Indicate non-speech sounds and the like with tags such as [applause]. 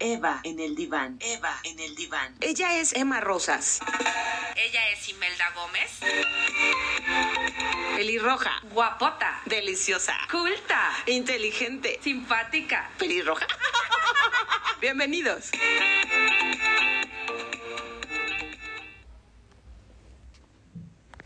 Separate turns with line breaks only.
Eva en el diván. Eva en el diván.
Ella es Emma Rosas.
Ella es Imelda Gómez.
Pelirroja.
Guapota.
Deliciosa.
Culta.
Inteligente.
Simpática.
Pelirroja. [laughs] Bienvenidos.